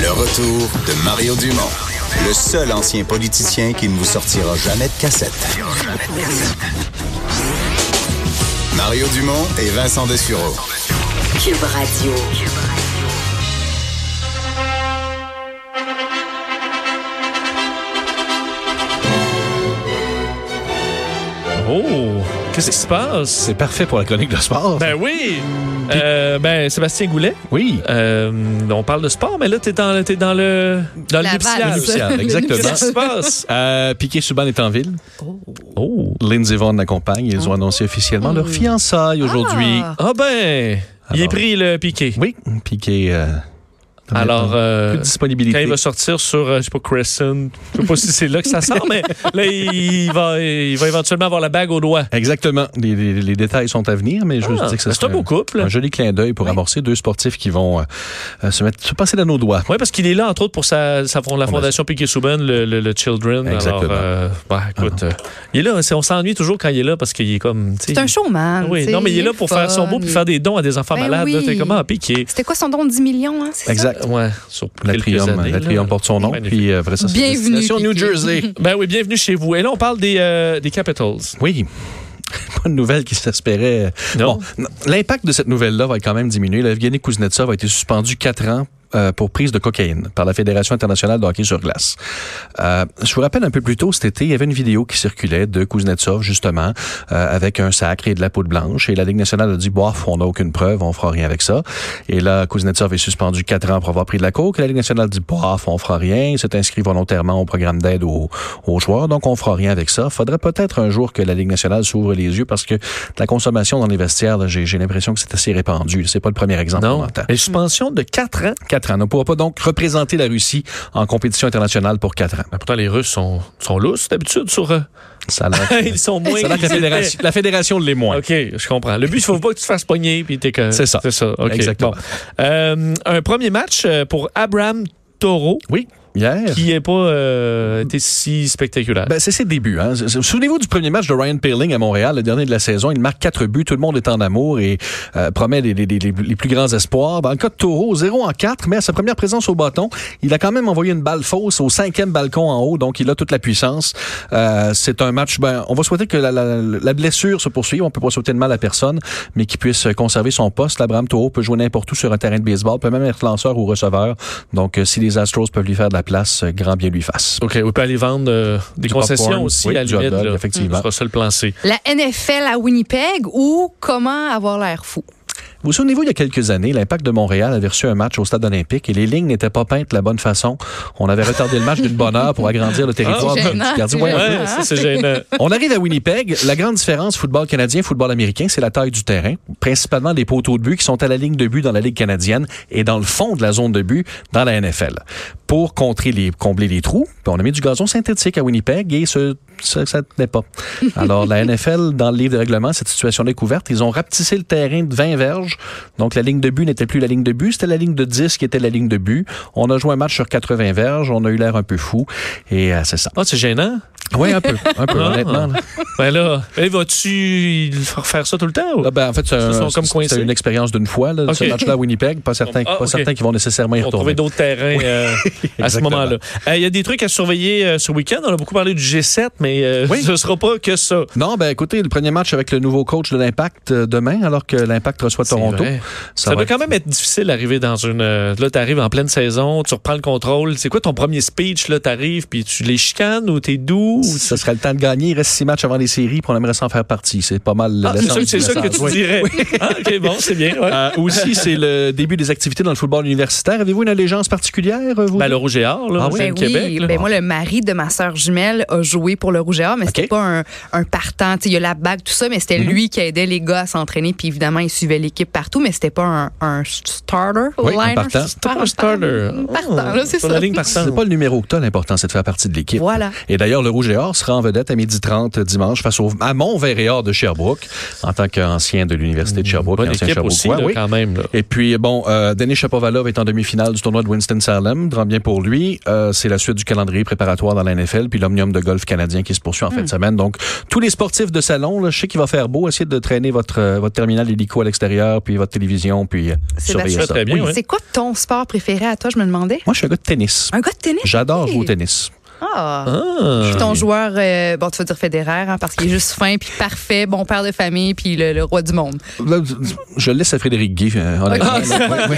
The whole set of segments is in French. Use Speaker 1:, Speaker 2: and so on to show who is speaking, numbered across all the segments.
Speaker 1: Le retour de Mario Dumont, le seul ancien politicien qui ne vous sortira jamais de cassette. Mario Dumont et Vincent Dessureau.
Speaker 2: Cube Radio.
Speaker 3: Oh! Qu'est-ce qui se passe?
Speaker 4: C'est parfait pour la chronique de sport.
Speaker 3: Ben oui! Euh, ben, Sébastien Goulet,
Speaker 4: oui.
Speaker 3: euh, on parle de sport, mais là, t'es dans, t'es dans le, dans le
Speaker 5: La
Speaker 3: nuptial.
Speaker 5: valse.
Speaker 4: Nuptial,
Speaker 3: Qu'est-ce qui
Speaker 4: exactement.
Speaker 3: se passe?
Speaker 4: Euh, Piqué Subban est en ville.
Speaker 3: Oh!
Speaker 4: Lindsay Vaughn l'accompagne. Ils ont annoncé officiellement leur fiançailles aujourd'hui.
Speaker 5: Ah.
Speaker 3: Ah ben! il est
Speaker 4: Alors.
Speaker 3: pris le piqué.
Speaker 4: Oui, Piqué. euh,
Speaker 3: Alors, euh,
Speaker 4: plus de
Speaker 3: quand
Speaker 4: disponibilité.
Speaker 3: il va sortir sur, euh, je sais pas, Crescent, je sais pas si c'est là que ça sort, mais là, il va, il va éventuellement avoir la bague au doigt.
Speaker 4: Exactement. Les, les- les détails sont à venir, mais je veux
Speaker 3: Ah,
Speaker 4: juste dire que ce
Speaker 3: c'est un
Speaker 4: serait
Speaker 3: beau couple.
Speaker 4: Un joli clin d'œil pour amorcer deux sportifs qui vont euh, euh, se mettre se passer dans nos doigts.
Speaker 3: Oui, parce qu'il est là, entre autres, pour sa, sa fond- la fondation Piquet Souban, le, le- le Children.
Speaker 4: Ah, ben, Exactement. Ah
Speaker 3: Alors, euh, bah, écoute, euh, il est là. c'est- On s'ennuie toujours quand il est là parce qu'il est comme. tu sais,
Speaker 5: C'est un showman.
Speaker 3: Ah Oui,
Speaker 5: tu sais,
Speaker 3: non, mais il est là pour
Speaker 5: fun.
Speaker 3: faire son beau puis faire des dons à des enfants
Speaker 5: Ben
Speaker 3: malades.
Speaker 5: oui.
Speaker 3: là. T'es ah, comment, Piquet?
Speaker 5: C'était quoi son don de 10 millions, hein? c'est
Speaker 4: Exact.
Speaker 3: Ah, Ouais, sur
Speaker 4: La
Speaker 3: quelques
Speaker 4: Trium,
Speaker 3: années,
Speaker 4: la
Speaker 3: là.
Speaker 4: Trium porte son nom.
Speaker 3: Magnifique.
Speaker 4: Puis euh, après ça, c'est
Speaker 5: Bienvenue,
Speaker 4: destination New
Speaker 5: Piqué.
Speaker 4: Jersey.
Speaker 3: Ben oui, bienvenue chez vous. Et là, on parle des, euh, des Capitals.
Speaker 4: Oui. Pas de nouvelle qui s'espérait.
Speaker 3: Non.
Speaker 4: Bon, n- l'impact de cette nouvelle-là va quand même diminuer. Evgeny Kuznetsov a été suspendu quatre ans euh, pour prise de cocaïne par la Fédération internationale de hockey sur glace. Euh, je vous rappelle un peu plus tôt cet été, il y avait une vidéo qui circulait de Kuznetsov, justement, euh, avec un sac et de la poudre blanche. Et la Ligue nationale a dit, bof, on n'a aucune preuve, on fera rien avec ça. Et là, Kuznetsov est suspendu quatre ans pour avoir pris de la coke. Et la Ligue nationale dit, bof, on fera rien. Il s'est inscrit volontairement au programme d'aide aux, aux joueurs, donc on fera rien avec ça. Faudrait peut-être un jour que la Ligue nationale s'ouvre les yeux parce que la consommation dans les vestiaires, là, j'ai j'ai l'impression que c'est assez répandu. C'est pas le premier exemple qu'on
Speaker 3: Non.
Speaker 4: entend.
Speaker 3: Une suspension de 4 ans.
Speaker 4: Quatre ans. On ne pourra pas donc représenter la Russie en compétition internationale pour quatre ans.
Speaker 3: Ben, pourtant, les Russes sont, sont lousses d'habitude sur. euh,
Speaker 4: Ça a l'air que-
Speaker 3: ils sont moins.
Speaker 4: ça a l'air que
Speaker 3: qu'ils
Speaker 4: la
Speaker 3: étaient.
Speaker 4: fédération, la fédération l'est moins.
Speaker 3: OK, je comprends. Le but, il faut pas que tu te fasses pogner puis t'es que.
Speaker 4: C'est ça.
Speaker 3: C'est ça. OK.
Speaker 4: Exactement.
Speaker 3: Bon. Euh, un premier match euh, pour Abraham Toro
Speaker 4: Oui, hier.
Speaker 3: qui n'est pas euh, été si spectaculaire.
Speaker 4: Ben, c'est ses débuts. Hein. C'est- c'est- Souvenez-vous du premier match de Ryan Peeling à Montréal, le dernier de la saison. Il marque quatre buts, tout le monde est en amour et euh, promet les, les- les- les- les plus grands espoirs. Dans le cas de Taureau, 0 en 4, mais à sa première présence au bâton, il a quand même envoyé une balle fausse au cinquième balcon en haut, donc il a toute la puissance. Euh, c'est un match, ben, on va souhaiter que la, la- la blessure se poursuive, on peut pas souhaiter de mal à personne, mais qu'il puisse conserver son poste. Abraham Taureau peut jouer n'importe où sur un terrain de baseball, peut même être lanceur ou receveur. Donc, euh, si les Astros peuvent lui faire de la place, euh, grand bien lui fasse.
Speaker 3: OK, on peut aller vendre euh, des
Speaker 4: Du
Speaker 3: concessions
Speaker 4: popcorn,
Speaker 3: aussi
Speaker 4: oui,
Speaker 3: à la
Speaker 4: du hot
Speaker 3: limite.
Speaker 4: dog,
Speaker 3: là.
Speaker 4: effectivement.
Speaker 3: Ce sera ça le plan C.
Speaker 5: La NFL à Winnipeg ou comment avoir l'air fou?
Speaker 4: Vous souvenez-vous, il y a quelques années, l'Impact de Montréal avait reçu un match au Stade olympique et les lignes n'étaient pas peintes de la bonne façon. On avait retardé le match d'une bonne heure pour agrandir le territoire.
Speaker 5: Ah, c'est
Speaker 4: du
Speaker 5: gênant,
Speaker 4: gardien.
Speaker 5: c'est
Speaker 4: Ouais,
Speaker 5: gênant.
Speaker 3: Ouais, ça, c'est gênant.
Speaker 4: on arrive à Winnipeg. La grande différence football canadien, football américain, c'est la taille du terrain. Principalement les poteaux de but qui sont à la ligne de but dans la Ligue canadienne et dans le fond de la zone de but dans la NFL. Pour contrer les, combler les trous, ben, on a mis du gazon synthétique à Winnipeg et ce, ça, ça tenait pas. Alors, la NFL, dans le livre de règlement, cette situation-là est couverte. Ils ont rapetissé le terrain de 20 verges. Donc, la ligne de but n'était plus la ligne de but. C'était la ligne de 10 qui était la ligne de but. On a joué un match sur 80 verges. On a eu l'air un peu fou. Et euh, c'est ça.
Speaker 3: Ah, c'est gênant?
Speaker 4: Oui, un peu. Un peu,
Speaker 3: Ah.
Speaker 4: honnêtement. là.
Speaker 3: Ben là, ben vas-tu faire ça tout le temps? ou-
Speaker 4: Ah, ben, en fait, c'est
Speaker 3: Ils se
Speaker 4: un-
Speaker 3: sont comme
Speaker 4: c'est-
Speaker 3: coincés.
Speaker 4: c'est une expérience d'une fois. Là,
Speaker 3: Ok.
Speaker 4: Ce match-là à Winnipeg, pas certain,
Speaker 3: Ah,
Speaker 4: pas
Speaker 3: ok.
Speaker 4: certain qu'ils vont nécessairement y
Speaker 3: On trouvait
Speaker 4: retourner.
Speaker 3: d'autres terrains euh, à ce
Speaker 4: Exactement.
Speaker 3: moment-là. Euh, Il y a des trucs à surveiller euh, ce week-end. On a beaucoup parlé du G7, mais euh,
Speaker 4: Oui.
Speaker 3: ce ne sera pas que ça.
Speaker 4: Non, ben écoutez, le premier match avec le nouveau coach de l'Impact euh, demain, alors que l'Impact reçoit
Speaker 3: C'est
Speaker 4: Toronto.
Speaker 3: vrai. Ça,
Speaker 4: va
Speaker 3: doit
Speaker 4: être-
Speaker 3: quand même être difficile d'arriver dans une. euh, Là, t'arrives en pleine saison, tu reprends le contrôle. C'est quoi ton premier speech? Là, t'arrives, puis tu les chicanes ou t'es doux? ou-
Speaker 4: Ce serait le temps de gagner. Il reste six matchs avant les séries, puis on aimerait s'en faire partie. C'est pas mal
Speaker 3: Ah, c'est
Speaker 4: l'essence
Speaker 3: ça,
Speaker 4: du
Speaker 3: c'est ça que
Speaker 4: message.
Speaker 3: tu dirais.
Speaker 4: Oui. Ah,
Speaker 3: Ah, ok, bon, c'est bien. ouais.
Speaker 4: Euh, aussi, c'est le début des activités dans le football universitaire. Avez-vous une allégeance particulière, euh, vous,
Speaker 3: Ben, à le Rouge et Or, là,
Speaker 4: Ah
Speaker 3: au
Speaker 4: oui?
Speaker 5: Ben oui,
Speaker 3: Québec. là.
Speaker 5: ben moi, le mari de ma sœur jumelle a joué pour le Rouge et Or, mais c'était
Speaker 4: OK. Mhm.
Speaker 5: pas un, un partant. Tu sais, Il y a la bague, tout ça, mais c'était lui qui aidait les gars à s'entraîner. Puis évidemment, il suivait l'équipe partout, mais c'était pas un, un starter.
Speaker 4: Oui, un
Speaker 5: liner,
Speaker 4: partant.
Speaker 3: C'était pas un starter. Oh,
Speaker 5: Partant, là, c'est
Speaker 3: Sur
Speaker 5: ça.
Speaker 3: la ligne partante.
Speaker 4: C'est pas le numéro que t'as, l'important, c'est de faire partie de l'équipe.
Speaker 5: Voilà.
Speaker 4: Et d'ailleurs, le Rouge et Or sera en vedette à 12h30 dimanche face au, à Montvert et Or de Sherbrooke, en tant qu'ancien de l'Université de Sherbrooke.
Speaker 3: Mmh. Bonne
Speaker 4: ancien
Speaker 3: équipe aussi,
Speaker 4: Sherbrooke.
Speaker 3: là, quand même. là.
Speaker 4: Et puis, bon, euh, Denis Shapovalov est en demi-finale du tournoi de Winston-Salem. Grand bien pour lui. Euh, c'est la suite du calendrier préparatoire dans la NFL, puis l'Omnium de golf canadien qui se poursuit en fin
Speaker 3: Mmh.
Speaker 4: de semaine. Donc, tous les sportifs de salon, là, je sais qu'il va faire beau. Essayez de traîner votre, euh, votre terminal hélico à l'extérieur, puis votre télévision, puis euh, surveillez
Speaker 5: Sébastien,
Speaker 4: ça.
Speaker 3: Très bien,
Speaker 4: Oui.
Speaker 3: ouais.
Speaker 5: C'est quoi ton sport préféré à toi, je me demandais?
Speaker 4: Moi, je suis un gars de tennis.
Speaker 5: Un gars de tennis?
Speaker 4: J'adore
Speaker 5: Ok.
Speaker 4: jouer au tennis.
Speaker 5: Ah!
Speaker 3: Ah.
Speaker 5: Puis ton joueur, euh, bon, tu vas dire Federer, hein, parce qu'il est juste fin, puis parfait, bon père de famille, puis le, le roi du monde.
Speaker 4: Là, Je laisse à Frédéric Guy, euh, honnêtement. Ouais, ouais.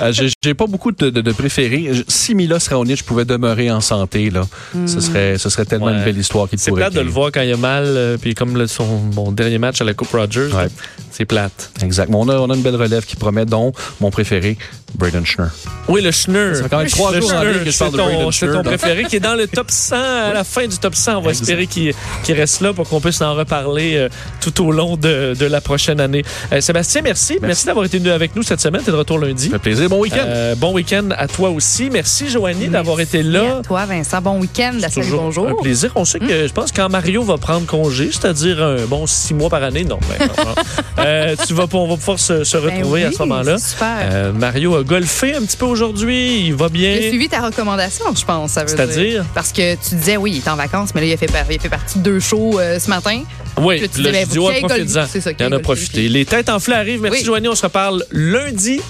Speaker 4: Euh, J'ai j'ai pas beaucoup de, de- de préférés. Je- Si Milos Raonic pouvait demeurer en santé, là, ce, serait, ce serait tellement
Speaker 3: Ouais.
Speaker 4: une belle histoire qu'il
Speaker 3: C'est
Speaker 4: pourrait
Speaker 3: plate de
Speaker 4: créer.
Speaker 3: le voir quand il a mal, euh, puis comme le- son mon dernier match à la Coupe Rogers,
Speaker 4: Ouais.
Speaker 3: c'est plate.
Speaker 4: Exact. Mais on a, on a une belle relève qui promet, dont mon préféré, Braden Schnur.
Speaker 3: Oui, le Schneur.
Speaker 4: Ça fait quand même
Speaker 3: Le
Speaker 4: trois jours en
Speaker 3: Schneur,
Speaker 4: ligne que je parle
Speaker 3: c'est
Speaker 4: de
Speaker 3: ton-
Speaker 4: Braden
Speaker 3: C'est
Speaker 4: Schneur,
Speaker 3: ton
Speaker 4: donc.
Speaker 3: préféré qui est dans le top 100, à la fin du top 100. On va espérer qu'il qu'il reste là pour qu'on puisse en reparler euh, tout au long de, de la prochaine année. Euh, Sébastien, merci. Merci, d'avoir été avec nous cette semaine. T'es de retour lundi.
Speaker 4: Ça fait plaisir. Bon week-end.
Speaker 3: Euh, bon week-end à toi aussi. Merci, Joanie, d'avoir été
Speaker 5: Merci
Speaker 3: là.
Speaker 5: à toi, Vincent, bon week-end, la
Speaker 3: C'est
Speaker 5: salle bonjour. Hmm.
Speaker 3: un plaisir. On sait que je pense que quand Mario va prendre congé, c'est-à-dire un bon six mois par année, non. ben, non, non. Euh, tu vas, on va pouvoir se, se
Speaker 5: Ben
Speaker 3: retrouver à
Speaker 5: oui,
Speaker 3: ce moment-là.
Speaker 5: Super.
Speaker 3: Euh, Mario a golfé un petit peu aujourd'hui. Il va
Speaker 5: J'ai
Speaker 3: bien.
Speaker 5: suivi ta recommandation, je pense. ça veut
Speaker 3: C'est-à-dire?
Speaker 5: dire. Parce que tu disais, oui, il est en vacances, mais là, il a fait, par- il a fait partie de deux shows euh, ce matin.
Speaker 3: Oui,
Speaker 5: Puis là, tu
Speaker 3: le
Speaker 5: disais, ben,
Speaker 3: studio a
Speaker 5: qu'il y ait
Speaker 3: profité
Speaker 5: golf. C'est ça, qu'il
Speaker 3: Il
Speaker 5: y
Speaker 3: en
Speaker 5: ait
Speaker 3: a
Speaker 5: golf.
Speaker 3: profité. Les têtes enflées arrivent. Merci,
Speaker 5: Oui.
Speaker 3: Joanie. On se reparle lundi.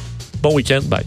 Speaker 3: Bon week-end. Bye.